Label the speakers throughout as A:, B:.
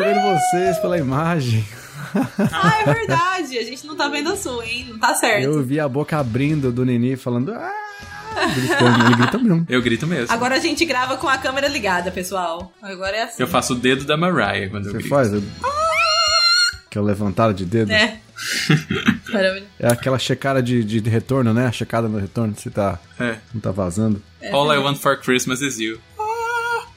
A: vocês pela imagem.
B: Ah, é verdade. A gente não tá vendo a sua, hein? Não tá certo.
A: Eu vi a boca abrindo do Nenê falando. "Ah", Gritando, ele grita mesmo.
C: Eu grito mesmo.
B: Agora a gente grava com a câmera ligada, pessoal. Agora é assim.
C: Eu faço o dedo da Mariah quando eu
A: Você
C: grito.
A: faz? Eu... Que é o levantar de dedo. É,
B: É. Maravilhoso.
A: aquela checada de, de retorno, né? A checada no retorno, se tá,
C: É.
A: não tá vazando.
B: É
C: All I want for Christmas is you.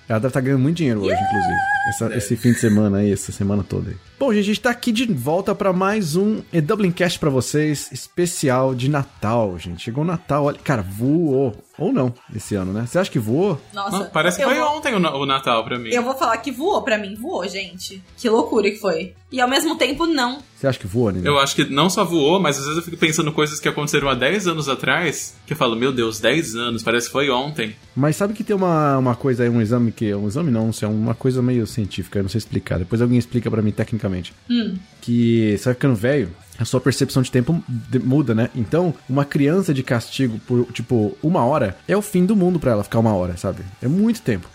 A: Ela deve estar ganhando muito dinheiro hoje, inclusive. Essa- esse fim de semana aí, essa semana toda aí. Bom, gente, a gente tá aqui de volta pra mais um e Dublincast pra vocês, especial de Natal, gente. Chegou o Natal, olha, cara, voou. Ou não, esse ano, né? Você acha que voou?
B: Nossa.
C: Ah, parece que
B: eu
C: foi
B: vou-
C: ontem o, na- o Natal pra mim.
B: Eu vou falar que voou pra mim, voou, gente. Que loucura que foi. E ao mesmo tempo, não.
A: Você acha que voou, né?
C: Eu acho que não só voou, mas às vezes eu fico pensando coisas que aconteceram há 10 anos atrás, que eu falo, meu Deus, 10 anos, parece que foi ontem.
A: Mas sabe que tem uma, uma coisa aí, um exame que. Um exame não, isso é uma coisa meio científica, eu não sei explicar. Depois alguém explica pra mim tecnicamente.
B: Hum,
A: Que você vai ficando velho, a sua percepção de tempo de- muda, né? Então, uma criança de castigo por, tipo, uma hora é o fim do mundo pra ela ficar uma hora, sabe? É muito tempo.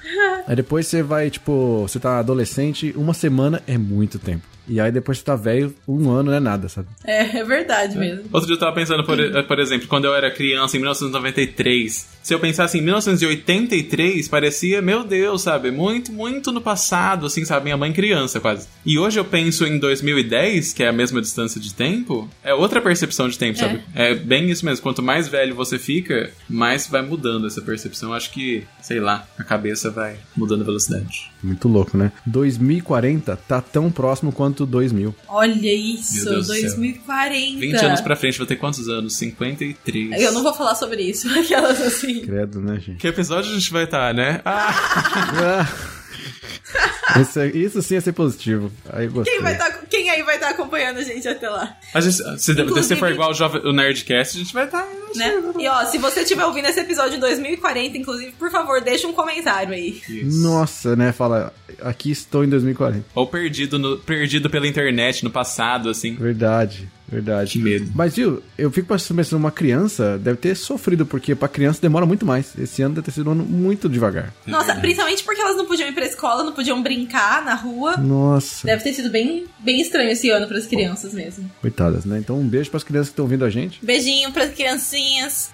A: aí depois você vai, tipo, você tá adolescente, uma semana é muito tempo. E aí depois você tá velho, um ano não é nada, sabe?
B: É, é verdade mesmo.
C: Outro dia eu tava pensando, por,
B: Hum.
C: por exemplo, quando eu era criança, em 1993. Se eu pensasse em 1983, parecia, meu Deus, sabe? Muito, muito no passado, assim, sabe? Minha mãe criança, quase. E hoje eu penso em 2010, que é a mesma distância de tempo, é outra percepção de tempo, sabe? É bem isso mesmo. Quanto mais velho você fica, mais vai mudando essa percepção. Acho que, sei lá, a cabeça vai mudando a velocidade.
A: Muito louco, né? 2040 tá tão próximo quanto 2000.
B: Olha
C: Meu
B: isso,
C: Deus do céu.
B: 2040.
C: 20 anos pra frente, vou ter quantos anos? 53.
B: Eu não vou falar sobre isso, aquelas assim.
A: Credo, né, gente?
C: Que episódio a gente vai estar, né? Ah!
A: Ah. isso, é- isso sim é ser positivo. Aí eu gostei.
B: Quem, vai tá, quem aí vai estar acompanhando a gente até lá?
C: A gente, ah, se,
B: Inclusive-
C: se for igual o, jovem, o Nerdcast, a gente vai tá, estar.
B: Né? E ó, se você estiver ouvindo esse episódio em 2040, inclusive, por favor, deixa um comentário aí.
A: Nossa, né? Fala, aqui estou em 2040.
C: Ou perdido, no- perdido pela internet no passado, assim.
A: Verdade, verdade.
C: Que medo.
A: Mas viu, eu fico pensando, uma criança deve ter sofrido, porque pra criança demora muito mais. Esse ano deve ter sido um ano muito devagar.
B: Nossa, principalmente porque elas não podiam ir pra escola, não podiam brincar na rua.
A: Nossa,
B: Deve ter sido bem, bem estranho esse ano pras crianças mesmo.
A: coitadas, né? Então um beijo pras crianças que estão ouvindo a gente
B: Beijinho pras criancinhas.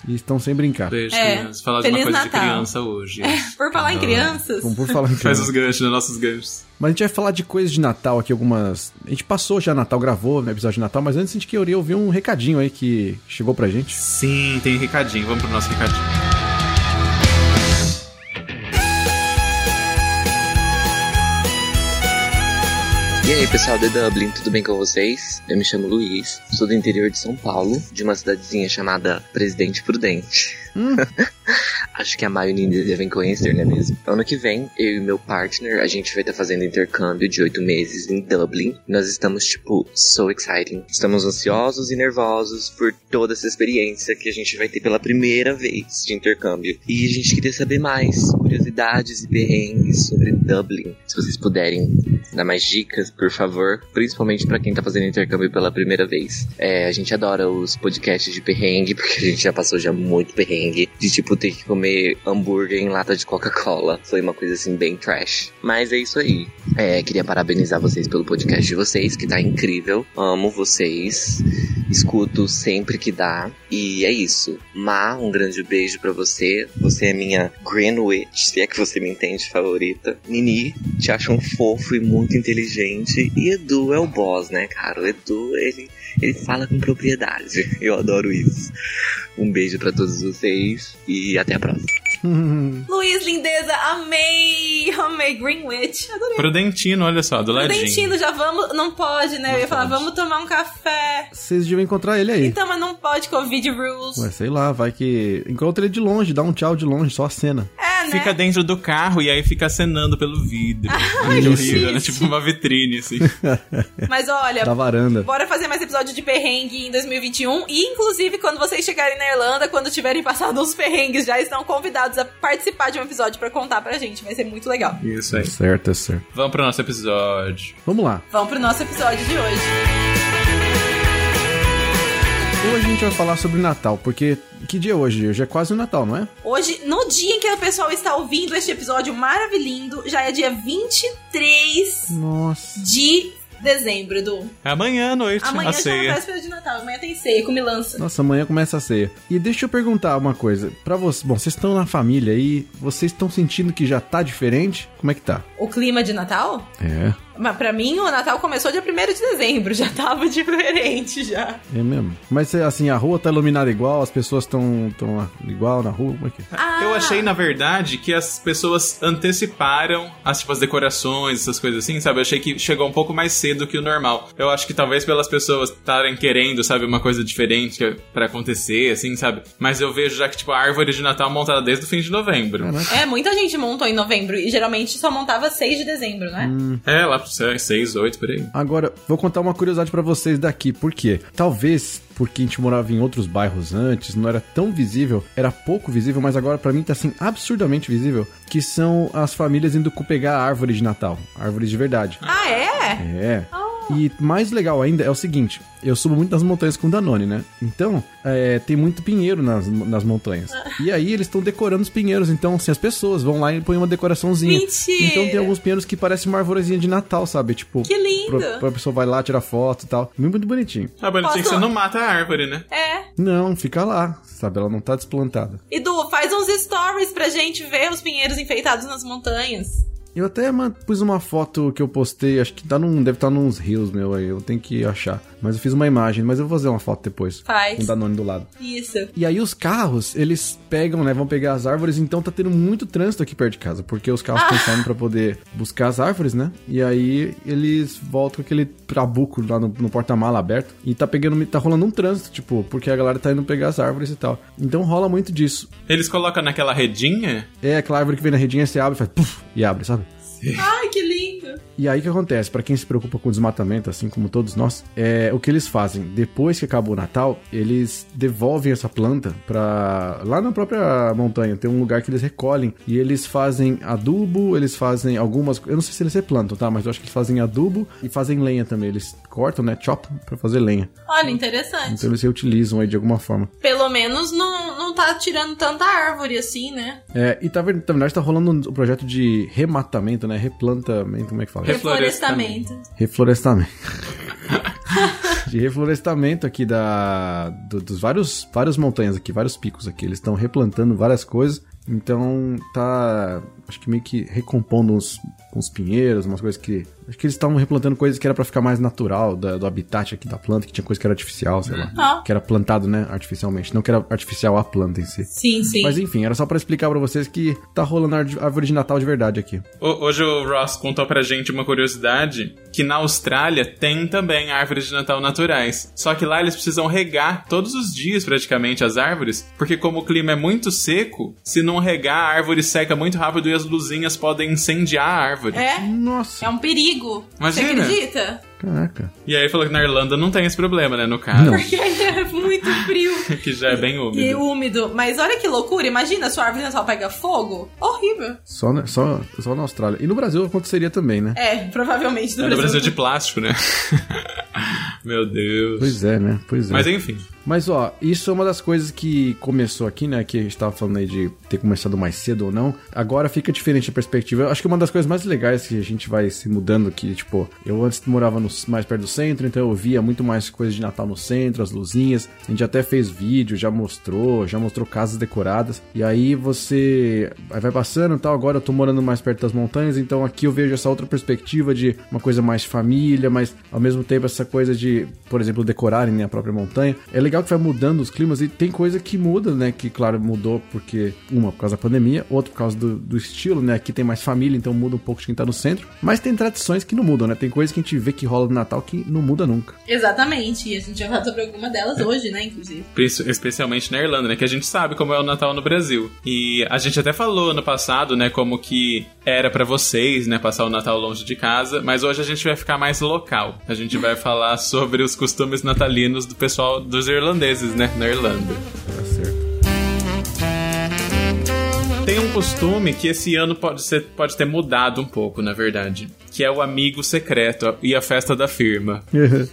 A: e estão sem brincar.
C: Beijo,
B: É.
C: crianças. Falar de uma
B: Feliz
C: coisa
B: Natal. É.
C: de criança hoje.
B: Por falar em crianças.
A: Como Então, por falar em
C: Faz
A: criança.
C: os ganchos, né? Nossos ganchos.
A: Mas a gente vai falar de coisas de Natal aqui, algumas. A gente passou já Natal, gravou no episódio de Natal, mas antes a gente queria ouvir um recadinho aí que chegou pra gente.
C: Sim, tem recadinho. Vamos pro nosso recadinho.
D: E aí pessoal de Dublin, tudo bem com vocês? Eu me chamo Luiz, sou do interior de São Paulo, de uma cidadezinha chamada Presidente Prudente. Acho que a Maio e o Nini devem conhecer, não é mesmo? Ano que vem, eu e meu partner, a gente vai estar fazendo intercâmbio de oito meses em Dublin. Nós estamos, tipo, so exciting. Estamos ansiosos e nervosos por toda essa experiência que a gente vai ter pela primeira vez de intercâmbio. E a gente queria saber mais curiosidades e perrengues sobre Dublin. Se vocês puderem dar mais dicas, por favor. Principalmente pra quem tá fazendo intercâmbio pela primeira vez. É, a gente adora os podcasts de perrengue, porque a gente já passou já muito perrengue. De tipo, ter que comer hambúrguer em lata de Coca-Cola. Foi uma coisa assim, bem trash. Mas é isso aí. É, queria parabenizar vocês pelo podcast de vocês, que tá incrível. Amo vocês. Escuto sempre que dá. E é isso. Ma, um grande beijo pra você. Você é minha Greenwich, se é que você me entende, favorita. Nini, te acho um fofo e muito inteligente. E Edu é o boss, né, cara? O Edu, ele, ele fala com propriedade. Eu adoro isso. Um beijo pra todos vocês e até a próxima.
B: Luiz, lindeza, amei! Amei Greenwich. Adorei.
C: Prudentino, olha só, do ladinho.
B: Dentino, já vamos. Não pode, né? Eu ia falar, vamos tomar um café.
A: Vocês deviam encontrar ele aí.
B: Então, mas não pode, Covid rules.
A: Ué, sei lá, vai que. Encontra ele de longe, dá um tchau de longe, só a cena.
B: É, né? Ah,
C: Fica dentro do carro e aí fica acenando pelo vidro.
A: Ai,
C: que
A: que
C: horrível, né?
B: triste.
C: Tipo uma vitrine, assim.
B: Mas olha,
A: Da varanda.
B: bora fazer mais episódio de perrengue em 2021. E, inclusive, quando vocês chegarem na Irlanda, quando tiverem passado uns perrengues, já estão convidados a participar de um episódio pra contar pra gente. Vai ser muito legal.
C: Isso aí.
A: Certo, é certo.
C: Vamos pro nosso episódio.
A: Vamos lá.
B: Vamos pro nosso episódio de hoje.
A: Hoje a gente vai falar sobre Natal, porque que dia é hoje? Hoje é quase o Natal, não é?
B: Hoje, no dia em que o pessoal está ouvindo este episódio maravilhindo, já é dia 23
A: Nossa.
B: de dezembro, Edu.
C: Amanhã à noite,
B: Amanhã
C: a
B: já é a
C: ceia.
B: véspera de Natal, amanhã tem ceia, come lança.
A: Nossa, amanhã começa a ceia. E deixa eu perguntar uma coisa. Pra vocês, bom, vocês estão na família aí, vocês estão sentindo que já tá diferente? Como é que tá?
B: O clima de Natal?
A: É,
B: Mas pra mim, o Natal começou dia 1 de dezembro, já tava diferente já.
A: é mesmo. Mas assim, a rua tá iluminada igual, as pessoas estão tão igual na rua, como é que é?
B: Ah.
C: Eu achei, na verdade, que as pessoas anteciparam as, tipo, as decorações, essas coisas assim, sabe? Eu achei que chegou um pouco mais cedo que o normal. Eu acho que talvez pelas pessoas estarem querendo, sabe, uma coisa diferente é pra acontecer, assim, sabe? Mas eu vejo já que, tipo, a árvore de Natal montada desde o fim de novembro.
A: Caraca.
B: É, muita gente montou em novembro e geralmente só montava 6 de dezembro, né?
A: Hum.
C: É, lá pro sei, seis, oito, por aí.
A: Agora, vou contar uma curiosidade pra vocês daqui, por quê? Talvez porque a gente morava em outros bairros antes, não era tão visível, era pouco visível, mas agora pra mim tá assim absurdamente visível, que são as famílias indo cu- pegar a árvore de Natal, árvores de verdade.
B: Ah, é?
A: É. E mais legal ainda é o seguinte: eu subo muito nas montanhas com Danone, né? Então, é, tem muito pinheiro nas, nas montanhas. E aí eles estão decorando os pinheiros. Então, assim, as pessoas vão lá e põem uma decoraçãozinha.
B: Mentira!
A: Então tem alguns pinheiros que parecem uma arvorezinha de Natal, sabe? Tipo,
B: Que lindo!
A: Pra, pra pessoa vai lá, tirar foto e tal. Muito bonitinho.
C: Ah, bonitinho que
B: Posso-
C: você não mata a árvore, né?
B: É.
A: Não, fica lá, sabe? Ela não tá desplantada.
B: Edu, faz uns stories pra gente ver os pinheiros enfeitados nas montanhas.
A: Eu até man- pus uma foto que eu postei, acho que tá num, deve estar nos rios meu aí, eu tenho que achar. Mas eu fiz uma imagem, mas eu vou fazer uma foto depois.
B: Faz.
A: Com o Danone do lado.
B: Isso.
A: E aí os carros, eles pegam, né? Vão pegar as árvores, então tá tendo muito trânsito aqui perto de casa, porque os carros estão saindo pra poder buscar as árvores, né? E aí eles voltam com aquele trabuco lá no, no porta-mala aberto e tá pegando, tá rolando um trânsito, tipo, porque a galera tá indo pegar as árvores e tal. Então rola muito disso.
C: Eles colocam naquela redinha.
A: É aquela árvore que vem na redinha, você abre e faz puff, e abre, sabe?
B: Ai, que lindo.
A: E aí o que acontece? Pra quem se preocupa com desmatamento, assim como todos nós, é o que eles fazem depois que acabou o Natal, eles devolvem essa planta pra lá na própria montanha, tem um lugar que eles recolhem e eles fazem adubo, eles fazem algumas, eu não sei se eles replantam, tá, mas eu acho que eles fazem adubo e fazem lenha também, eles cortam, né, chopam pra fazer lenha.
B: Olha, interessante.
A: Então eles reutilizam aí de alguma forma.
B: Pelo menos não, não tá tirando tanta árvore assim, né?
A: É, e tá, ver- na verdade tá rolando um projeto de rematamento, né, replantamento, como é que fala?
C: Reflorestamento.
B: Reflorestamento.
A: Reflorestamento. de reflorestamento aqui da do- dos vários várias montanhas aqui, vários picos aqui, eles estão replantando várias coisas. Então tá, acho que meio que recompondo uns, uns pinheiros, umas coisas que acho que eles estavam replantando coisas que era pra ficar mais natural da- do habitat aqui da planta, que tinha coisa que era artificial, sei lá,
B: Ah.
A: que era plantado, né, artificialmente, não que era artificial a planta em si.
B: Sim, sim.
A: Mas enfim, era só pra explicar pra vocês que tá rolando a árvore- árvore de Natal de verdade aqui.
C: Ho- Hoje o Ross contou pra gente uma curiosidade que na Austrália tem também árvores de Natal naturais. Só que lá eles precisam regar todos os dias praticamente as árvores, porque como o clima é muito seco, se não regar a árvore seca muito rápido e as luzinhas podem incendiar a árvore.
B: É?
A: Nossa,
B: É um perigo.
C: Imagina.
B: Você acredita?
A: caraca.
C: E aí ele falou que na Irlanda não tem esse problema, né, no caso,
A: Não.
B: Porque ainda é muito frio
C: que já é bem úmido.
B: e úmido. Mas olha que loucura, imagina, sua árvore só pega fogo. Horrível.
A: Só na, só, só na Austrália. E no Brasil aconteceria também, né?
B: É, provavelmente
C: É do Brasil de plástico, né? Meu Deus.
A: Pois é, né? Pois é.
C: Mas
A: Mas,
C: enfim.
A: ó, isso é uma das coisas que começou aqui, né? Que a gente tava falando aí de ter começado mais cedo ou não. Agora fica diferente a perspectiva. Eu acho que uma das coisas mais legais que a gente vai se mudando aqui, tipo, eu antes morava no- mais perto do centro, então eu via muito mais coisas de Natal no centro, as luzinhas. A gente até fez vídeo, já mostrou, já mostrou casas decoradas. E aí você aí vai passando e tal. Agora eu tô morando mais perto das montanhas, então aqui eu vejo essa outra perspectiva de uma coisa mais família, mas ao mesmo tempo essa coisa de, por exemplo, decorarem né, a própria montanha. É legal que vai mudando os climas e tem coisa que muda, né? Que, claro, mudou porque, uma, por causa da pandemia, outra, por causa do, do estilo, né? Aqui tem mais família, então muda um pouco de quem tá no centro. Mas tem tradições que não mudam, né? Tem coisa que a gente vê que rola no Natal que não muda nunca.
B: Exatamente, e a gente já falar sobre alguma delas hoje, né, inclusive.
C: Princi- especialmente na Irlanda, né? Que a gente sabe como é o Natal no Brasil. E a gente até falou ano passado, né? Como que era pra vocês, né? Passar o Natal longe de casa. Mas hoje a gente vai ficar mais local. A gente vai falar sobre os costumes natalinos do pessoal dos irlandeses, né? Na Irlanda.
A: Tá certo.
C: Tem tem um costume que esse ano pode, ser, pode ter mudado um pouco, na verdade. Que é o amigo secreto e a festa da firma.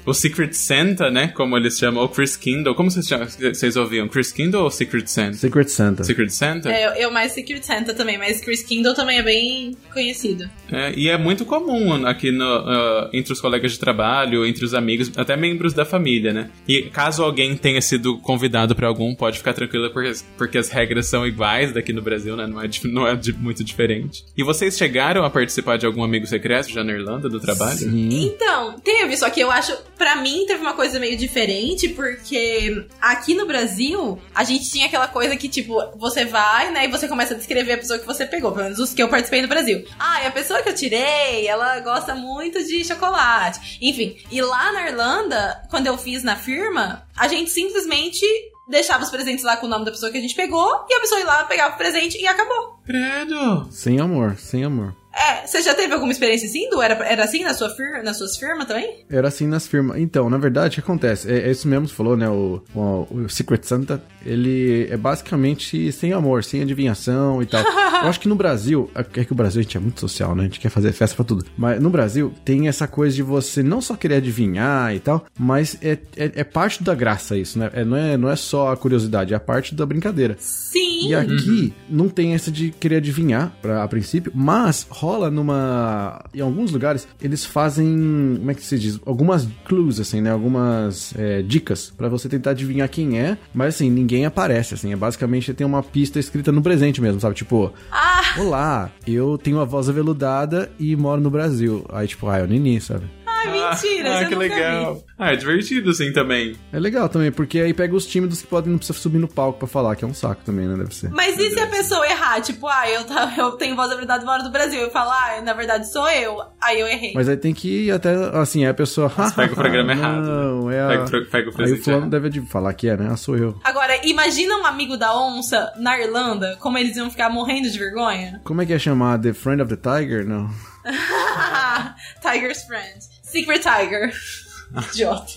C: o Secret Santa, né? Como eles chamam, ou Chris Kindle. Como vocês, chamam, vocês ouviam? Chris Kindle ou Secret Santa?
A: Secret Santa.
C: Secret Santa?
B: É, eu- eu mais Secret Santa também, mas Chris Kindle também é bem conhecido.
C: É, e é muito comum aqui no, ah, entre os colegas de trabalho, entre os amigos, até membros da família, né? E caso alguém tenha sido convidado pra algum, pode ficar tranquila, porque, as- porque as regras são iguais daqui no Brasil, né? Não é, di- não é di- muito diferente. E vocês chegaram a participar de algum amigo secreto já na Irlanda do trabalho?
A: Hum.
B: Então, teve, só que eu acho, pra mim teve uma coisa meio diferente, porque aqui no Brasil, a gente tinha aquela coisa que, tipo, você vai, né, e você começa a descrever a pessoa que você pegou, pelo menos os que eu participei no Brasil. Ah, e a pessoa que eu tirei, ela gosta muito de chocolate. Enfim, e lá na Irlanda, quando eu fiz na firma, a gente simplesmente deixava os presentes lá com o nome da pessoa que a gente pegou, e a pessoa ia lá, pegava o presente e acabou.
C: Credo!
A: Sem amor, sem amor.
B: É, você já teve alguma experiência assim, Du? Era, era assim na sua firma, nas suas firmas também?
A: Era assim nas firmas. Então, na verdade, o que acontece? É, é isso mesmo que você falou, né? O, o, o Secret Santa, ele é basicamente sem amor, sem adivinhação e tal. Eu acho que no Brasil, é que o Brasil a gente é muito social, né? A gente quer fazer festa pra tudo. Mas no Brasil tem essa coisa de você não só querer adivinhar e tal, mas é, é, é parte da graça isso, né? É, não, é, não é só a curiosidade, é a parte da brincadeira.
B: Sim.
A: E aqui não tem essa de querer adivinhar pra, a princípio, mas rola numa. Em alguns lugares, eles fazem. Como é que se diz? Algumas clues, assim, né? Algumas é, dicas pra você tentar adivinhar quem é, mas assim, ninguém aparece, assim. É basicamente tem uma pista escrita no presente mesmo, sabe? Tipo,
B: Ah,
A: olá, eu tenho a voz aveludada e moro no Brasil. Aí, tipo, ah, é o Nini, sabe?
B: ai, mentira.
C: Ah,
B: você
C: que
B: nunca
C: legal!
B: vi.
C: Ah, é divertido assim também.
A: É legal também, porque aí pega os tímidos que podem não precisar subir no palco pra falar, que é um saco também, né? Deve ser.
B: Mas e se a pessoa errar? Tipo, ah, eu, tá- eu tenho voz habilidade moro do Brasil. Eu falo, ah, na verdade sou eu. Aí eu errei.
A: Mas aí tem que ir até, assim, aí a pessoa...
C: pega o programa
A: não,
C: errado, né?
A: é a...
C: Pega, o pro- pega o
A: Aí
C: presente.
A: o fulano
C: errado.
A: deve de- falar que é, né? Ah, sou eu.
B: Agora, imagina um amigo da onça na Irlanda, como eles iam ficar morrendo de vergonha.
A: Como é que é chamar? The Friend of the Tiger? Não.
B: Ah, Tiger's Friend. Secret Tiger. Idiota.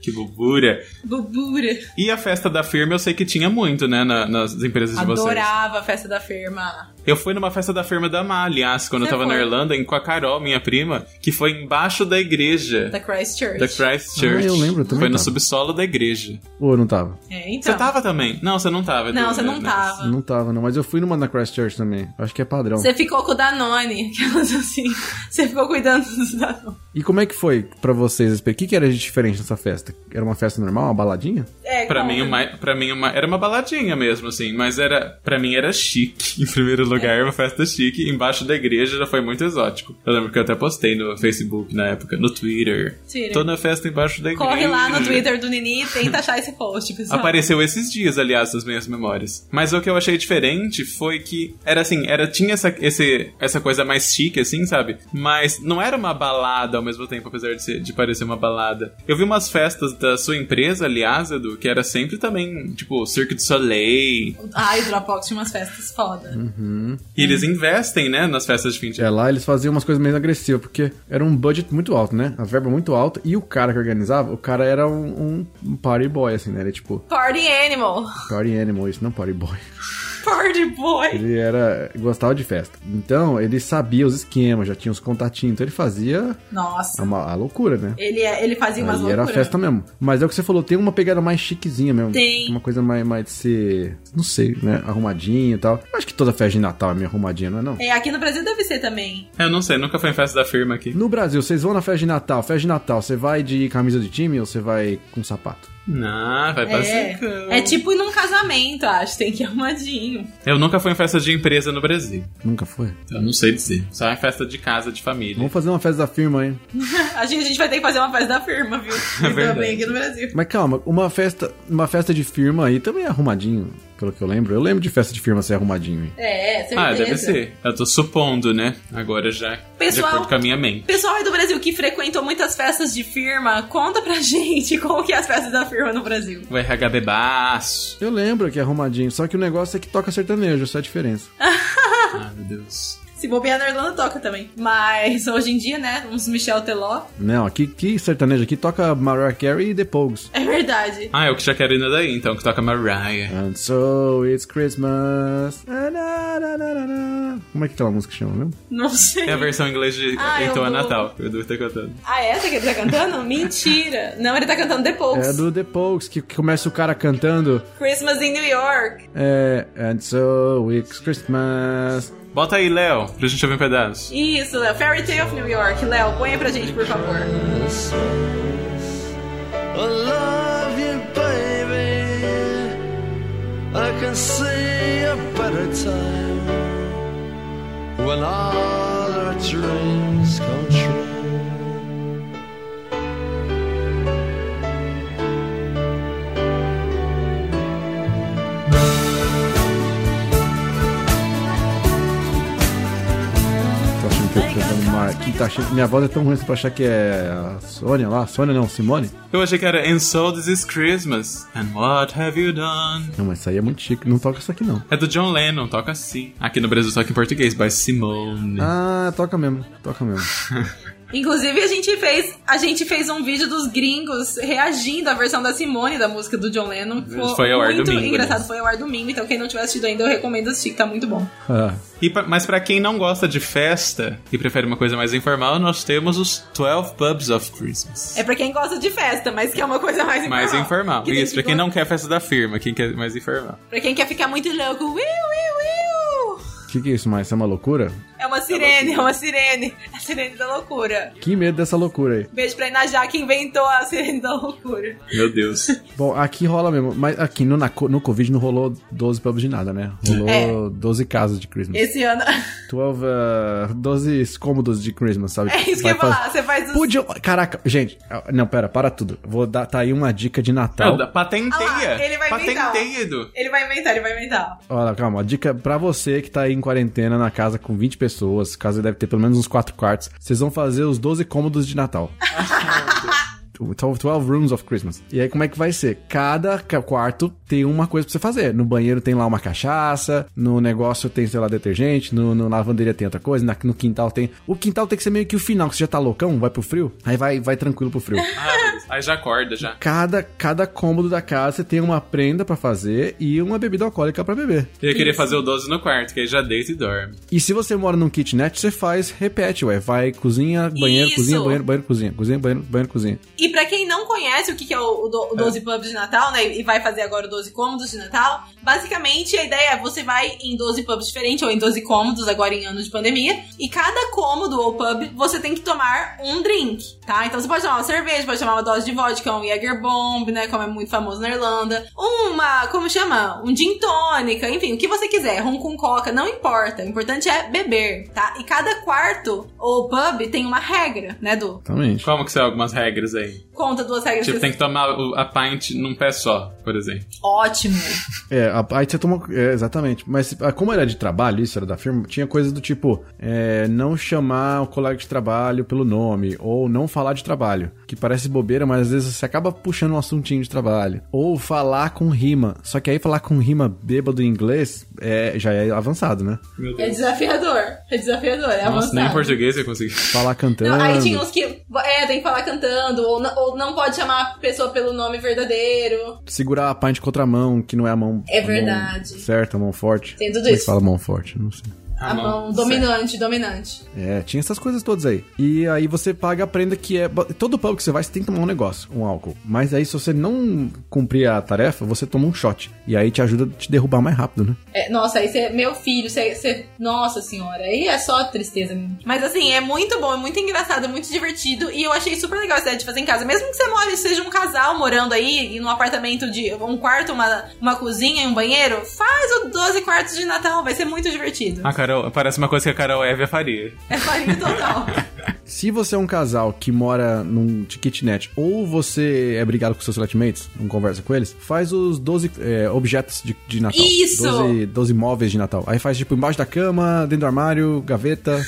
C: Que bobura!
B: Bubura.
C: E a festa da firma eu sei que tinha muito, né? na- nas empresas de vocês.
B: Adorava a festa da firma.
C: Eu fui numa festa da firma da Má, aliás, quando
B: Você
C: eu tava na
B: foi?
C: Irlanda, em- com a Carol, minha prima, que foi embaixo da igreja.
B: Da Christchurch.
C: Da Christchurch.
A: Ah, eu lembro, eu também
C: Foi no
A: tava.
C: subsolo da igreja.
A: Ou eu não tava?
B: É,
C: Você
B: então.
C: tava também? Não, você não tava.
B: Não,
C: Edu,
B: você
C: né?
B: não tava.
A: Não tava, não. Mas eu fui numa na Christchurch também. Acho que é padrão.
B: Ah. Você ficou com o Danone. Aquelas assim. Você ficou cuidando dos Danone.
A: E como é que foi pra vocês? O que, que era de diferente nessa festa? Era uma festa normal? Uma baladinha?
B: É,
C: Pra
B: conta.
C: mim, uma, pra mim uma, era uma baladinha mesmo, assim, mas era pra mim era chique. Em primeiro lugar, era uma festa chique. Embaixo da igreja já foi muito exótico. Eu lembro que eu até postei no Facebook na época, no Twitter.
B: Twitter.
C: Tô na festa embaixo da igreja.
B: Corre lá no Twitter do Nini e tenta achar esse post, pessoal.
C: Apareceu esses dias, aliás, nas minhas memórias. Mas o que eu achei diferente foi que era assim, era tinha essa, esse, essa coisa mais chique, assim, sabe? Mas não era uma balada ao mesmo tempo, apesar de, ser- de parecer uma balada. Eu vi umas festas da sua empresa, aliás, Edu, que era sempre também, tipo, Cirque du Soleil.
B: Ai, Dropbox tinha umas festas foda.
C: E eles investem, né, nas festas de fim de
A: É,
C: ano.
A: lá eles faziam umas coisas meio agressivas, porque era um budget muito alto, né? A verba muito alta. E o cara que organizava, o cara era um, um- um party boy, assim, né? Ele é tipo,
B: Party Animal.
A: party animal, isso não party boy.
B: Party Boy.
A: Ele era gostava de festa. Então, ele sabia os esquemas, já tinha os contatinhos, então ele fazia
B: Nossa.
A: uma, a loucura, né?
B: Ele, é- ele fazia umas
A: Aí era
B: loucuras.
A: festa mesmo. Mas é o que você falou, tem uma pegada mais chiquezinha mesmo.
B: Tem.
A: Uma coisa mais, mais de ser, não sei, né? Arrumadinha e tal. Acho que toda festa de Natal é meio arrumadinha, não é não?
B: É, aqui no Brasil deve ser também.
C: Eu não sei, nunca fui em festa da firma aqui.
A: No Brasil, vocês vão na festa de Natal. Festa de Natal, você vai de camisa de time ou você vai com sapato?
C: Não, vai pra secão.
B: É, é tipo ir num casamento, acho. Tem que ir arrumadinho.
C: Eu nunca fui em festa de empresa no Brasil.
A: Nunca foi.
B: É.
C: Então não sei dizer. Só em festa de casa, de família.
A: Vamos fazer uma festa da firma, hein?
B: A gente, a gente vai ter que fazer uma festa da firma, viu?
C: É verdade.
B: Também aqui no Brasil.
A: Mas calma, uma festa, uma festa de firma aí também é arrumadinho, pelo que eu lembro. Eu lembro de festa de firma ser arrumadinho, hein?
B: É, é, certeza.
C: Ah, deve ser. Eu tô supondo, né? Agora já de
B: Pessoal-
C: acordo com a minha mente.
B: Pessoal aí do Brasil que frequentou muitas festas de firma, conta pra gente como que é as festas da firma no Brasil.
C: O RH bebaço.
A: Eu lembro que é arrumadinho, só que o negócio é que toca sertanejo, essa é a diferença.
C: Ah, meu Deus.
B: Se bobear na Irlanda, toca também. Mas hoje em dia, né? Uns Michel Teló.
A: Não, aqui que sertanejo aqui toca Mariah Carey e The Pogues.
B: É verdade.
C: Ah, é o que já quero ainda daí, então, que toca Mariah.
A: And so it's Christmas. Na, na, na, na, na. Como é que aquela música chama mesmo?
B: Não sei.
C: É a versão em inglês de
B: Ah, eu
C: Então é
B: vou-
C: Natal. O Edu tá cantando.
B: Ah, é essa que ele tá cantando? Mentira. Não, ele tá cantando The Pogues.
A: É do The Pogues, que, que começa o cara cantando.
B: Christmas in New York.
A: É, and so it's Christmas.
C: Bota aí, Léo, pra gente ouvir um pedaço.
B: Isso, Léo. Fairy Tale of New York. Léo, põe aí pra gente, por favor.
E: I love you, baby. I can see a better time when all our dreams come true.
A: Tô achando que eu tô cantando Mar... que tá achando... Minha voz é tão ruim pra achar que é a Sônia lá. Sônia não, Simone?
C: Eu achei que era And so this is Christmas. And what have you done?
A: Não, mas isso aí é muito chique. Não toca isso aqui não.
C: É do John Lennon, toca assim. Aqui no Brasil toca em português, by Simone.
A: Ah, toca mesmo. Toca mesmo.
B: Inclusive, a gente fez, a gente fez um vídeo dos gringos reagindo à versão da Simone da música do John Lennon. Ficou
C: Foi ao ar
B: muito
C: domingo,
B: engraçado,
C: né?
B: foi ao ar domingo, então quem não tiver assistido ainda, eu recomendo assistir, que tá muito bom.
A: Ah,
C: E pra- mas pra quem não gosta de festa e prefere uma coisa mais informal, nós temos os 12 Pubs of Christmas.
B: É pra quem gosta de festa, mas que é uma coisa mais informal.
C: mais informal.
B: Que tem
C: Isso,
B: que
C: pra quem
B: go-
C: não quer festa da firma, quem quer mais informal.
B: Pra quem quer ficar muito louco, uiu, uiu, uiu.
A: que que é isso mais? Isso é uma loucura?
B: É uma sirene, é uma sirene. A sirene da loucura.
A: Que medo dessa loucura aí.
B: Beijo pra Inajá que inventou a sirene da loucura.
C: Meu Deus.
A: Bom, aqui rola mesmo, mas aqui no, na co- no Covid não rolou 12 pubs de nada, né? Rolou
B: É.
A: 12 casas de Christmas.
B: Esse ano.
A: 12, ah, 12 cômodos de Christmas, sabe?
B: É isso que
A: Vai
B: eu ia falar.
A: fazer-
B: Você faz os.
A: Podia. Caraca, gente, ah, não, pera, para tudo. Vou dar tá aí uma dica de Natal.
C: Não, da- patenteia.
B: Ah lá, ele vai inventar.
C: patenteia, Edu.
B: Ele vai inventar, ele vai inventar.
A: Olha, calma, dica pra você que tá aí em quarentena na casa com 20 pessoas, casa deve ter pelo menos uns 4 quartos, vocês vão fazer os 12 cômodos de Natal. 12 Rooms of Christmas. E aí, como é que vai ser? Cada ca- quarto tem uma coisa pra você fazer. No banheiro tem lá uma cachaça, no negócio tem, sei lá, detergente, no, no lavanderia tem outra coisa, na- no quintal tem. O quintal tem que ser meio que o final, que você já tá loucão, vai pro frio, aí vai, vai tranquilo pro frio.
C: Ah, meu Deus. aí já acorda, já.
A: Cada, cada cômodo da casa você tem uma prenda pra fazer e uma bebida alcoólica pra beber.
C: Eu queria fazer o 12 no quarto, que aí já deita e dorme.
A: E se você mora num kitnet, você faz, repete, ué. Vai, cozinha, banheiro,
B: Isso.
A: cozinha, banheiro, banheiro, cozinha. Cozinha, banheiro, banheiro, cozinha.
B: E pra quem não conhece o que que é o, o do- o 12 pubs de Natal, né? E vai fazer agora o 12 cômodos de Natal, basicamente a ideia é você vai em 12 pubs diferentes, ou em 12 cômodos agora em ano de pandemia, e cada cômodo ou pub você tem que tomar um drink, tá? Então você pode tomar uma cerveja, pode tomar uma dose de vodka, um Jäger Bomb, né? Como é muito famoso na Irlanda. Uma, como chama? Um gin tônica, enfim, o que você quiser, rum com coca, não importa. O importante é beber, tá? E cada quarto ou pub tem uma regra, né, Du?
A: Exatamente.
C: Como que são algumas regras aí?
B: Conta duas regras
C: Tipo,
B: que
C: tem que tomar o- a pint num pé só, por exemplo.
B: Ótimo.
A: É, a- aí você toma. É, exatamente. Mas ah, como era de trabalho, isso era da firma, tinha coisas do tipo: é, não chamar o colega de trabalho pelo nome, ou não falar de trabalho, que parece bobeira, mas às vezes você acaba puxando um assuntinho de trabalho. Ou falar com rima. Só que aí falar com rima bêbado em inglês é, já é avançado, né?
C: Meu
B: É
C: Deus.
B: desafiador. É desafiador, é
C: Nossa,
B: avançado.
C: nem em português eu consegui.
A: Falar cantando.
B: Não, aí tinha uns que. É, tem que falar cantando, ou, n- ou não pode chamar a pessoa pelo nome verdadeiro.
A: segurar a pint com outra mão, que não é a mão.
B: É
A: a mão
B: verdade.
A: certa, a mão forte.
B: Tem tudo
A: Como é que
B: isso.
A: fala mão forte, não sei.
C: Ah,
B: A, mão, Tá dominante, dominante.
A: É, tinha essas coisas todas aí. E aí você paga a prenda que é. Todo pub que você vai, você tem que tomar um negócio, um álcool. Mas aí, se você não cumprir a tarefa, você toma um shot. E aí te ajuda a te derrubar mais rápido, né?
B: É, nossa, aí você. Meu filho, você, você- Nossa senhora, aí é só tristeza mesmo. Mas assim, é muito bom, é muito engraçado, é muito divertido. E eu achei super legal essa ideia de fazer em casa. Mesmo que você more, seja um casal morando aí, e num apartamento de. um quarto, uma, uma cozinha e um banheiro, faz o 12 quartos de Natal, vai ser muito divertido.
C: A Carol, parece uma coisa que a Carol Évia faria.
B: É farinha total.
A: Se você é um casal que mora num de kitnet ou você é brigado com seus flatmates, não conversa com eles, faz os 12 é, objetos de, de Natal.
B: Isso!
A: 12, 12 móveis de Natal. Aí faz tipo embaixo da cama, dentro do armário, gaveta.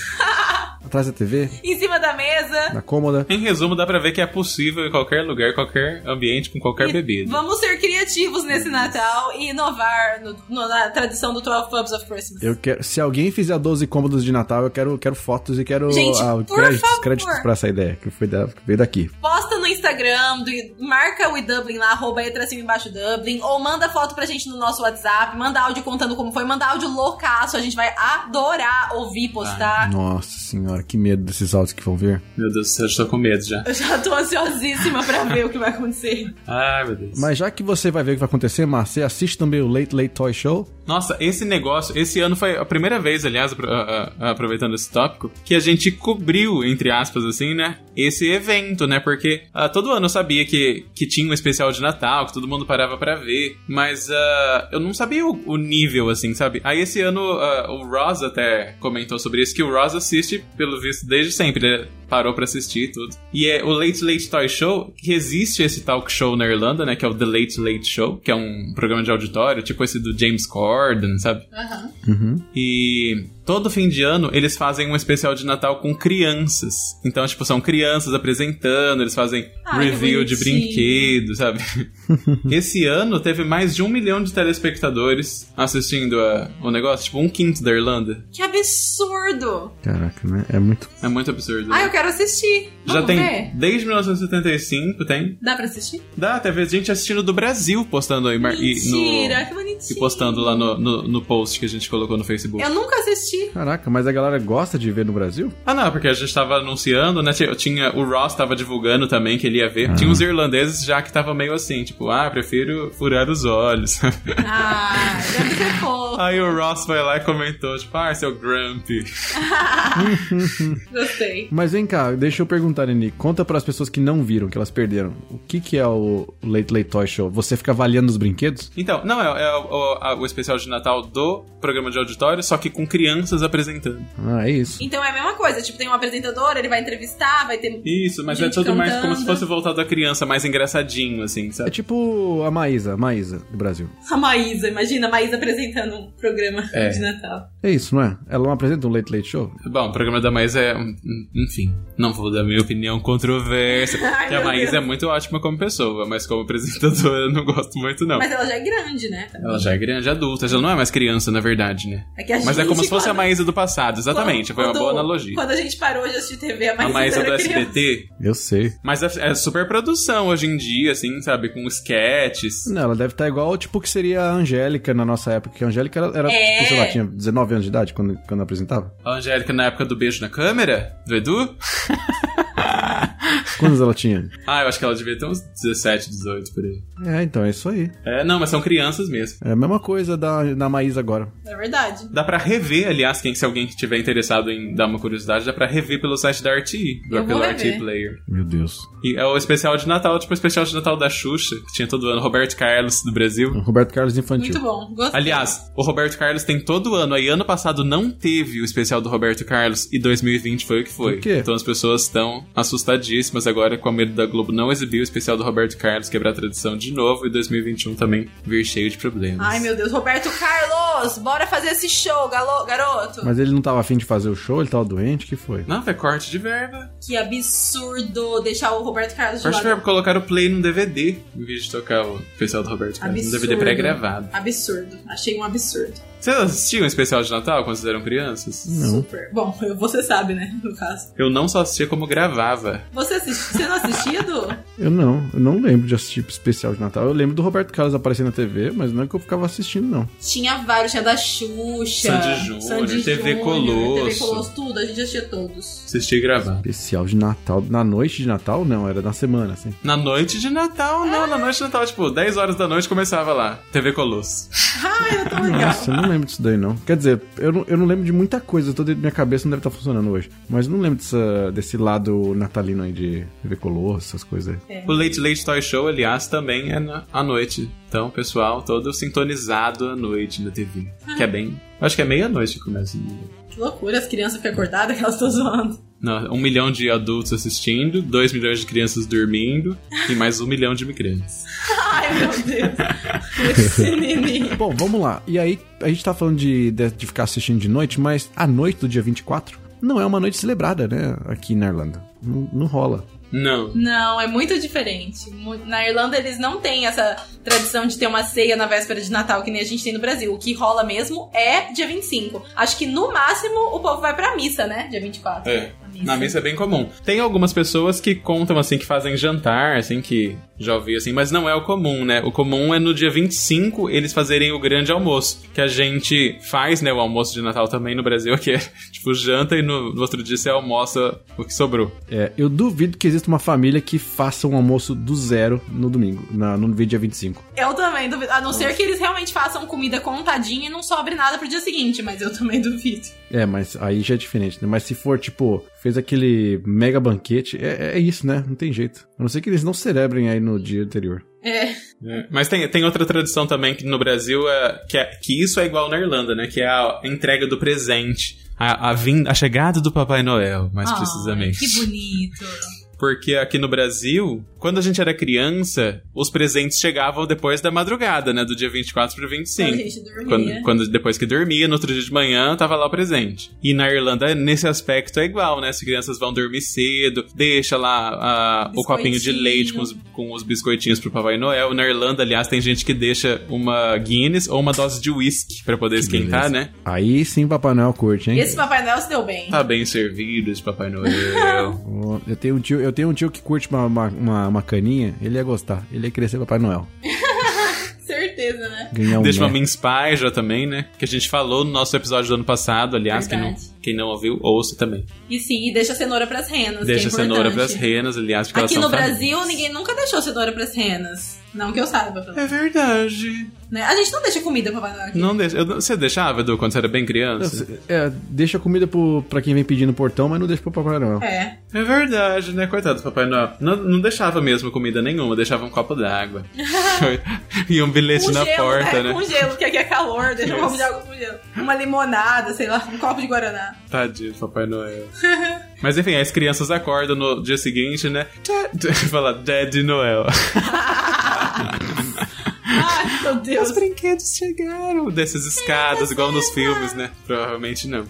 A: atrás da TV,
B: Em cima da mesa.
A: na cômoda.
C: Em resumo, dá pra ver que é possível em qualquer lugar, qualquer ambiente, com qualquer
B: E
C: bebida.
B: Vamos ser criativos nesse Natal e inovar no- no- na tradição do 12 Pubs of Christmas.
A: Eu quero, se alguém fizer 12 cômodos de Natal, eu quero, quero fotos e quero
B: Gente,
A: ah,
B: por
A: créditos,
B: favor.
A: créditos pra essa ideia que, foi da, que veio daqui.
B: Posta no Instagram, do- marca o Dublin lá, arroba aí pra cima e embaixo Dublin, ou manda foto pra gente no nosso WhatsApp, manda áudio contando como foi, manda áudio loucaço, a gente vai adorar ouvir, postar.
A: Nossa senhora, que medo desses áudios que vão vir.
C: Meu Deus do céu, eu já tô com medo já.
B: Eu já tô ansiosíssima pra ver o que vai acontecer.
C: Ai, meu Deus.
A: Mas já que você vai ver o que vai acontecer, Márcio, você assiste também o Late Late Toy Show.
C: Nossa, esse negócio, esse ano foi a primeira vez, aliás, apro- a- a- aproveitando esse tópico, que a gente cobriu, entre aspas, assim, né? Esse evento, né? Porque ah, todo ano eu sabia que, que tinha um especial de Natal, que todo mundo parava pra ver, mas ah, eu não sabia o, o nível, assim, sabe? Aí esse ano ah, o Ross até comentou sobre isso, que o Ross assiste, pelo visto, desde sempre, ele parou pra assistir e tudo. E é o Late Late Toy Show, que existe esse talk show na Irlanda, né? Que é o The Late Late Show, que é um programa de auditório, tipo esse do James Corden, sabe?
A: Uhum.
C: E todo fim de ano eles fazem um especial de Natal com crianças. Então, tipo, são crianças apresentando, eles fazem
B: Ai, Ah, que
C: review de
B: bonitinho.
C: brinquedos, sabe? Esse ano teve mais de um milhão de telespectadores assistindo a- o negócio, tipo, um quinto da Irlanda.
B: Que absurdo!
A: Caraca, né? É muito.
C: É muito absurdo. né?
B: Ah, eu quero assistir.
C: Já
B: Vamos
C: tem
B: ver?
C: desde 1975, tem.
B: Dá pra assistir?
C: Dá, teve gente assistindo do Brasil postando aí mar- e no-
B: Mentira, que bonitinho.
C: e postando lá no, no, no post que a gente colocou no Facebook.
B: Eu nunca assisti.
A: Caraca, mas a galera gosta de ver no Brasil?
C: Ah, não, porque a gente tava anunciando, né? Tinha- Tinha, o Ross tava divulgando também que ele ia ver. Tinha uns irlandeses já que tava meio assim, tipo, ah, prefiro furar os olhos.
B: Ah, deve ser fofo.
C: Aí o Ross foi lá e comentou, tipo, ah, seu Grumpy.
B: Gostei.
A: Mas vem cá, deixa eu perguntar, Nini. Conta para as pessoas que não viram, que elas perderam. O que, que é o Late Late Toy Show? Você fica avaliando os brinquedos?
C: Então, não, é, é o, o- a- o especial de Natal do programa de auditório, só que com crianças apresentando.
A: Ah, é isso.
B: Então é a mesma coisa, tipo, tem um apresentador, ele vai entrevistar, vai ter.
C: Isso, mas é
B: Gente
C: tudo mais
B: cantando.
C: como se fosse voltado à criança, mais engraçadinho, assim,
A: É
C: sabe?
A: tipo a Maísa, a Maísa do Brasil.
B: A Maísa, imagina a Maísa apresentando um programa
C: É.
B: de Natal.
A: É isso, não é? Ela não apresenta um Late Late Show?
C: Bom, o programa da Maísa é. um- um- Enfim, não vou dar minha opinião controversa.
B: Ai,
C: porque a
B: meu
C: Maísa é
B: Deus.
C: muito ótima como pessoa, mas como apresentadora eu não gosto muito, não.
B: Mas ela já é grande, né?
C: Ela já é grande adulta, já não é mais criança, na verdade, né?
B: É que a
C: Mas é
B: gente,
C: como se fosse a
B: quando-
C: Maísa do passado, exatamente. Foi uma
B: quando-
C: boa analogia.
B: Quando a gente parou de assistir TV, a
C: A
B: Maísa,
C: Maísa do
B: era criança.
C: SBT.
A: Eu sei.
C: Mas é é super produção hoje em dia, assim, sabe? Com sketches.
A: Não, ela deve estar igual, tipo, que seria a Angélica na nossa época. Que a Angélica era, era
B: É.
A: sei lá, tinha 19 anos de idade quando, quando apresentava.
C: A Angélica na época do beijo na câmera, do Edu.
A: Quantos ela tinha?
C: Ah, eu acho que ela devia ter uns 17, 18 por aí.
A: É, então, é isso aí.
C: É, não, mas são crianças mesmo.
A: É a mesma coisa da, da Maísa agora.
B: É verdade.
C: Dá pra rever, aliás, quem se alguém tiver interessado em dar uma curiosidade, dá pra rever pelo site da RTI,
B: Eu vou
C: pelo
B: rever.
C: RTI Player.
A: Meu Deus.
C: E é o especial de Natal, tipo o especial de Natal da Xuxa, que tinha todo ano, Roberto Carlos do Brasil.
A: Roberto Carlos Infantil.
B: Muito bom. Gostei.
C: Aliás, o Roberto Carlos tem todo ano, aí ano passado não teve o especial do Roberto Carlos e 2020 foi o que foi.
A: Por quê?
C: Então as pessoas estão assustadíssimas agora com a medo da Globo não exibir o especial do Roberto Carlos, quebrar a tradição de novo e 2021 também vir cheio de problemas.
B: Ai, meu Deus. Roberto Carlos, bora fazer esse show, galo- garoto.
A: Mas ele não tava afim de fazer o show, ele tava doente, que foi?
C: Não, foi corte de verba.
B: Que absurdo deixar o Roberto Carlos de
C: Corte de verba,
B: lado.
C: colocaram o play num DVD em vez de tocar o especial do Roberto Carlos. Um
B: Absurdo.
C: DVD pré-gravado.
B: Absurdo. Achei um absurdo.
C: Vocês assistiam o especial de Natal quando vocês eram crianças?
A: Não.
B: Super. Bom, eu- você sabe, né? No caso.
C: Eu não só assistia como gravava.
B: Você assistiu? Você não assistiu? Du?
A: Eu não, eu não lembro de assistir especial de Natal. Eu lembro do Roberto Carlos aparecendo na TV, mas não é que eu ficava assistindo, não.
B: tinha vários, tinha da Xuxa.
C: Sandy Júnior, TV Colosso.
B: TV Colosso, tudo. A gente assistia todos.
C: Assistia e gravava.
A: Especial de Natal. Na noite de Natal, não, era na semana, assim.
C: Na noite de Natal, não, na noite de Natal, tipo, 10 horas da noite começava lá. TV Colosso.
B: Ai, eu tô legal.
A: Nossa, eu não lembro disso daí, não. Quer dizer, eu não, eu não lembro de muita coisa, toda minha cabeça não deve estar funcionando hoje. Mas eu não lembro dessa- desse lado natalino aí de TV Colosso, essas coisas aí.
C: O Late Late Toy Show, aliás, também é na, à noite. Então, pessoal, todo sintonizado à noite na TV. Que é bem. Acho que é meia-noite que começa.
B: Que loucura, as crianças ficam acordadas que elas estão zoando.
C: Não, um milhão de adultos assistindo, dois milhões de crianças dormindo e mais um milhão de imigrantes.
B: Ai, meu Deus. Esse neném.
A: Bom, vamos lá. E aí, a gente tá falando de, de, de ficar assistindo de noite, mas à noite do dia 24 não é uma noite celebrada, né? Aqui na Irlanda. Não, não rola.
C: Não.
B: Não, é muito diferente. Mu- Na Irlanda eles não têm essa tradição de ter uma ceia na véspera de Natal que nem a gente tem no Brasil. O que rola mesmo é dia 25. Acho que no máximo o povo vai pra missa, né? Dia 24.
C: É.
B: A
C: Na missa é bem comum. Tem algumas pessoas que contam, assim, que fazem jantar, assim, que já ouvi, assim, mas não é o comum, né? O comum é no dia 25 eles fazerem o grande almoço, que a gente faz, né, o almoço de Natal também no Brasil, que é, tipo, janta e no, no outro dia você almoça o que sobrou.
A: É, eu duvido que exista uma família que faça um almoço do zero no domingo, na, no dia 25.
B: Eu também duvido. A não ser que eles realmente façam comida contadinha e não sobre nada pro dia seguinte, mas eu também duvido.
A: É, mas aí já é diferente, né? Mas se for, tipo, fez aquele mega banquete, é, é isso, né? Não tem jeito. A não ser que eles não celebrem aí no dia anterior.
B: É.
C: É, Mas tem, tem outra tradição também que no Brasil é que, é- que isso é igual na Irlanda, né? Que é a entrega do presente. A, a, vin- a chegada do Papai Noel, mais
B: Ai,
C: precisamente.
B: Ah, Que bonito.
C: Porque aqui no Brasil, quando a gente era criança, os presentes chegavam depois da madrugada, né? Do dia 24 pro
B: Quando a
C: 25.
B: gente dormia.
C: Quando, quando- depois que dormia, no outro dia de manhã, tava lá o presente. E na Irlanda, nesse aspecto, é igual, né? As crianças vão dormir cedo, deixa lá ah, o copinho de
B: Biscoitinho.
C: leite com os, com os biscoitinhos pro Papai Noel. Na Irlanda, aliás, tem gente que deixa uma Guinness ou uma dose de whisky pra poder esquentar, né?
A: Aí sim, Papai Noel curte, hein?
B: Esse Papai Noel se deu bem.
C: Tá bem servido esse Papai Noel.
A: Ó, Eu tenho um tio, eu tenho um tio que curte uma, uma, uma- uma caninha, ele ia gostar. Ele ia crescer Papai Noel.
B: Certeza, né?
A: Ganhar um.
C: Deixa uma
A: né.
C: minha Spy já também, né? Que a gente falou no nosso episódio do ano passado, aliás, quem não,
B: Verdade.
C: quem não ouviu, ouça também.
B: E sim, e deixa a cenoura pras renas.
C: Deixa a
B: que é importante.
C: cenoura pras renas, aliás, porque
B: Aqui
C: elas
B: no
C: são família.
B: Brasil, ninguém nunca deixou cenoura pras renas. Não que eu saiba. pelo menos,
C: É verdade.
B: Né? A gente não deixa comida pro Papai Noel aqui.
C: Não deixa. eu- você deixava, Edu, quando você era bem
A: Não,
C: criança?
A: cê- é, deixa a comida pro, pra quem vem pedir no portão, mas não deixa pro Papai Noel.
B: É.
C: É verdade, né? Coitado do Papai Noel. Não, não deixava mesmo comida nenhuma, deixava um copo d'água. e um bilhete
B: Com
C: na
B: gelo,
C: porta, né?
B: Com gelo, porque aqui é calor. Deixa um copo de água com gelo. Uma limonada, sei lá. Um copo de Guaraná.
C: Tadinho do Papai Noel. Mas enfim, as crianças acordam no dia seguinte, né? Dad- Fala, Daddy Noel.
B: Ai, meu Deus.
C: Os brinquedos chegaram dessas escadas, igual nos filmes, né? Provavelmente não.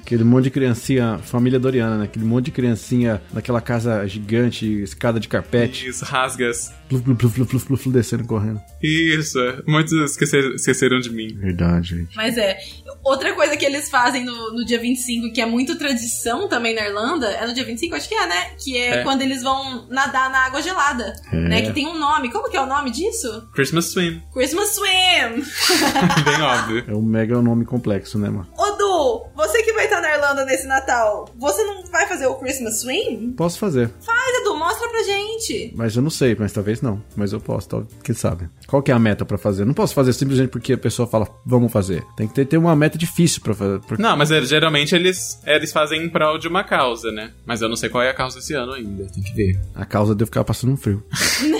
A: Aquele monte de criancinha, família Doriana, né? Aquele monte de criancinha naquela casa gigante, escada de
B: É.
A: carpete,
C: Isso, rasgas.
A: pluf, pluf, pluf, pluf, pluf, pluf, descendo correndo.
C: Isso, muitos esquecer- esqueceram de mim.
A: Verdade, gente.
B: Mas é. Outra coisa que eles fazem no, no dia 25, que é muito tradição também na Irlanda, é no dia 25, acho que é, né? Que é,
C: É.
B: quando eles vão nadar na água gelada.
A: É.
B: Né? Que tem um nome. Como que é o nome disso?
C: Christmas Swim,
B: Christmas Swim!
C: bem óbvio.
A: É um mega nome complexo, né, mano?
B: Ô Du, você que vai estar na Irlanda nesse Natal, você não vai fazer o Christmas Swim?
A: Posso fazer,
B: Faz, Edu, mostra pra gente.
A: mas eu não sei, mas talvez não. Mas eu posso, tal, quem sabe. Qual que é a meta pra fazer? Eu Não posso fazer simplesmente porque a pessoa fala, vamos fazer. Tem que ter, ter uma meta difícil pra fazer. pra-
C: Não, mas é, geralmente eles, eles fazem em prol de uma causa, né? Mas eu não sei qual é a causa esse ano ainda, tem que ver.
A: A causa de eu ficar passando um frio.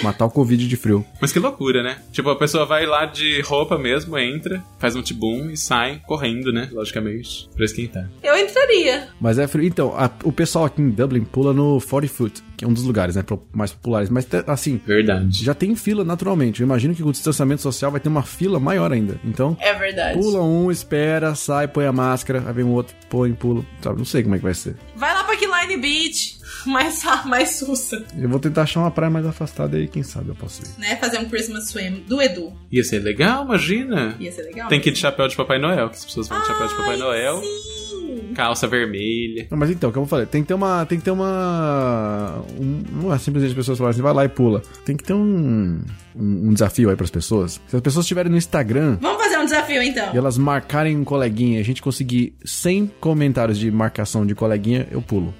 A: Matar o Covid de frio.
C: Mas que loucura, né? Tipo, a pessoa vai lá de roupa mesmo, entra, faz um tibum e sai correndo, né? Logicamente, pra esquentar.
B: Eu entraria.
A: Mas é frio. Então, a- o pessoal aqui em Dublin pula no 40 foot, que é um dos lugares, né, pro- mais populares. Mas, te- assim,
C: Verdade.
A: já tem fila naturalmente. Eu imagino que com o distanciamento social vai ter uma fila maior ainda. Então,
B: É verdade.
A: pula um, espera, sai, põe a máscara, aí vem o outro, põe, pula. Sabe, não sei como é que vai ser.
B: Vai lá pra Kiline Beach, mais, mais sussa,
A: Eu vou tentar achar uma praia mais afastada aí, quem sabe eu posso ir.
B: né? Fazer um Christmas Swim do Edu.
C: Ia ser legal, imagina.
B: Ia ser legal.
C: Tem que ir de chapéu de Papai Noel, que as pessoas vão de chapéu de Papai
B: Ai,
C: Noel,
B: Sim.
C: calça vermelha.
A: Não, mas então, como eu falei, tem que ter uma. Tem que ter uma. um- não é simplesmente as pessoas falarem assim, vai lá e pula. Tem que ter um, um, um desafio aí pras pessoas. Se as pessoas estiverem no Instagram
B: Vamos fazer um desafio então.
A: e elas marcarem um coleguinha e a gente conseguir 100 comentários de marcação de coleguinha, eu pulo.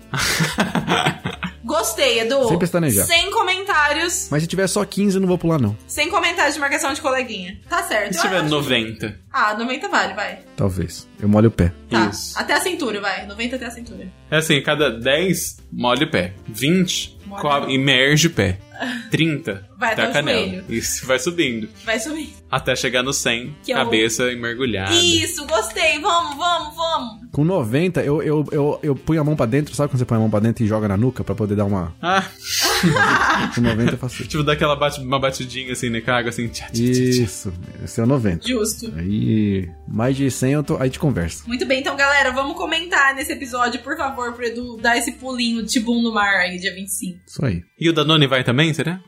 B: Gostei, Edu.
A: Sem pestanejar.
B: Sem comentários.
A: Mas se tiver só 15, eu não vou pular, não.
B: Sem comentários de marcação de coleguinha. Tá certo.
C: E se tiver
B: Ah,
C: 90?
B: Ah, 90 vale, vai.
A: Talvez. Eu molho o pé.
B: Tá.
C: Isso.
B: Até a cintura, vai. 90 até a cintura.
C: É assim, cada 10, molha o pé. 20,
B: Molha.
C: cobre, imerge o pé. 30,
B: Vai até
C: até a
B: o
C: canela.
B: joelho.
C: Isso, vai subindo.
B: Vai subir.
C: Até chegar no 100,
B: Que é o-
C: cabeça e mergulhada.
B: Isso, gostei. Vamos, vamos, vamos.
A: Com 90, eu, eu, eu, eu ponho a mão pra dentro. Sabe quando você põe a mão pra dentro e joga na nuca pra poder dar uma.
C: Ah,
A: O 90 eu faço isso.
C: Tipo, dá aquela bate- uma batidinha assim, né? Caga assim. Tchá, tchá, tchá, tchá.
A: Isso, esse é o 90.
B: Justo.
A: Aí, mais de 100 eu tô, aí te conversa.
B: Muito bem, então, galera, vamos comentar nesse episódio, por favor, pro Edu dar esse pulinho de bum no mar aí, dia 25.
A: Isso aí.
C: E o Danone vai também, será?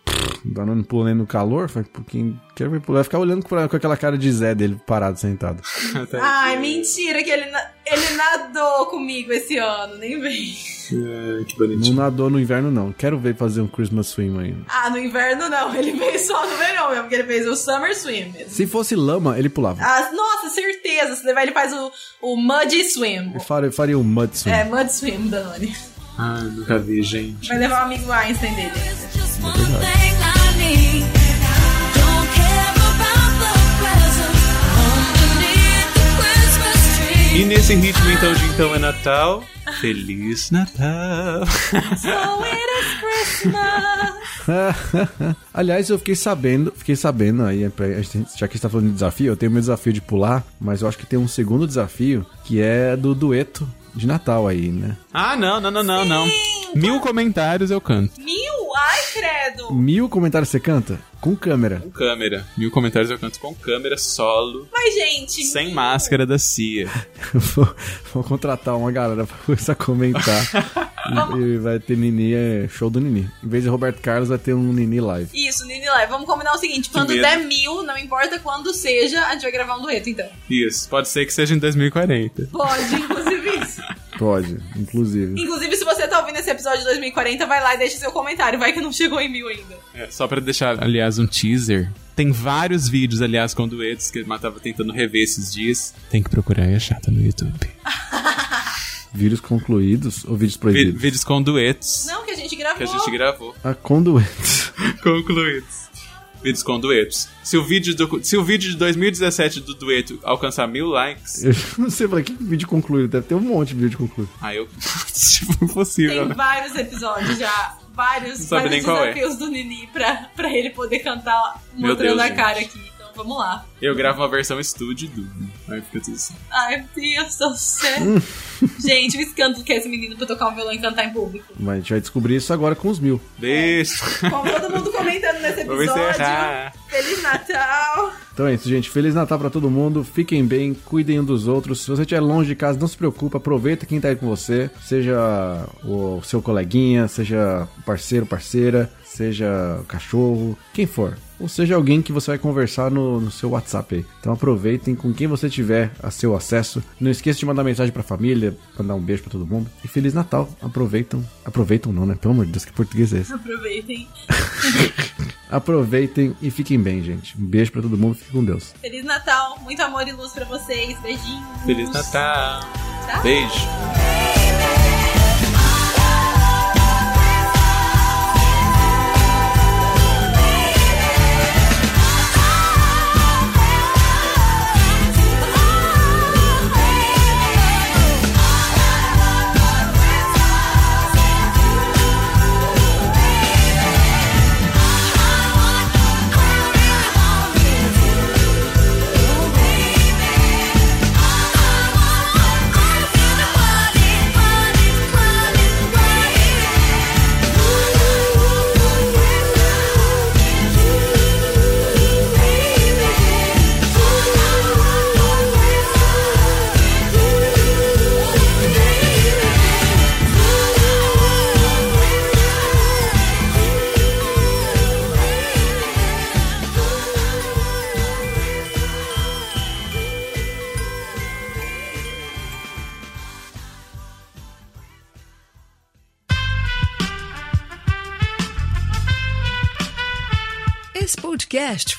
A: Danone pulando no calor, falei, pô, quem quer ver pular, vai ficar olhando pra- com aquela cara de Zé dele parado, sentado.
C: Até-
B: Ai, mentira que ele, na- ele nadou comigo esse ano, nem vem.
C: É, que
A: Não
C: bonitinho.
A: nadou no inverno, não. Quero ver fazer um Christmas swim ainda.
B: Ah, no inverno não, ele veio só no verão mesmo, porque ele fez o Summer Swim mesmo.
A: Se fosse lama, ele pulava.
B: Ah, nossa, certeza, se levar ele faz o, o Mud Swim.
A: Eu faria, eu faria um mud swim.
B: É, Mud Swim, Danone.
C: Ai, Ah, nunca vi, gente.
B: Vai levar o amigo Einstein dele.
F: It's just one thing I need. Don't care about the presents underneath the Christmas
C: E
F: tree.
C: nesse ritmo, então, de então é Natal. Feliz Natal!
B: So it is Christmas.
A: Aliás, eu fiquei sabendo, fiquei sabendo aí, pra- a gente- já que está falando de desafio, eu tenho meu desafio de pular, mas eu acho que tem um segundo desafio que é do dueto de Natal aí, né?
C: ah, não, não, não, não, não. Mil comentários eu canto.
B: Mil? Ai, credo.
A: Mil comentários você canta com câmera.
C: Com câmera. Mil comentários eu canto com câmera, solo,
B: Mas, gente.
C: sem
B: mil.
C: máscara da CIA.
A: vou, vou contratar uma galera pra começar a comentar. e, e vai ter Nini, é show do Nini. Em vez de Roberto Carlos, vai ter um Nini live.
B: Isso, Nini Live. Vamos combinar o seguinte: quando
C: medo.
B: der mil, não importa quando seja, a gente vai gravar um dueto, então.
C: Isso, pode ser que seja em 2040.
B: Pode, inclusive isso.
A: Pode, inclusive.
B: Inclusive, se você tá ouvindo esse episódio de 2040, vai lá e deixa seu comentário. Vai que não chegou em mil ainda.
C: É, só pra deixar, aliás, um teaser. Tem vários vídeos, aliás, com duetos que eu tava tentando rever esses dias. Tem que procurar e achar, tá no YouTube.
A: Vídeos concluídos ou vídeos
C: Vi-
A: proibidos?
C: vídeos com duetos
B: Não, que a gente gravou.
C: que a gente gravou.
A: Ah, com duetos.
C: Concluídos. Vídeos com duetos. Se o vídeo, do, se o vídeo de 2017 do dueto alcançar mil likes,
A: Eu não sei pra que vídeo concluído. Deve ter um monte de vídeo concluído.
C: aí eu. tipo, impossível,
B: Tem
C: né?
B: vários episódios já. Vários,
C: Não sabe
B: vários
C: nem qual é.
B: desafios do Nini pra, pra ele poder cantar
C: Meu
B: mostrando
C: Deus,
B: a
C: gente.
B: cara aqui. Então, vamos lá.
C: Eu gravo uma versão estúdio e dúvida. Aí fica tudo assim.
B: Ai, Deus do céu. Hum. gente, o escândalo que é esse menino pra tocar um violão e cantar em público.
A: Mas a gente vai descobrir isso agora com os mil.
C: Beijo.
B: Com todo mundo comentando nesse
C: Vamos
B: episódio.
C: encerrar.
B: Feliz Natal.
A: Então é isso, gente. Feliz Natal pra todo mundo. Fiquem bem, cuidem um dos outros. Se você estiver longe de casa, não se preocupa. Aproveita quem tá aí com você. Seja o seu coleguinha, seja o parceiro, parceira, seja o cachorro, quem for. Ou seja alguém que você vai conversar no, no seu WhatsApp aí. Então aproveitem com quem você tiver a seu acesso. Não esqueça de mandar mensagem pra família, mandar um beijo pra todo mundo. E Feliz Natal. Aproveitam. Aproveitam não, né? Pelo amor de Deus, que português é esse?
B: Aproveitem.
A: Aproveitem e fiquem bem, gente. Um beijo pra todo mundo. Fique com Deus.
B: Feliz Natal, muito amor e luz pra vocês. Beijinhos.
C: Feliz Natal. Beijo.
G: Esse podcast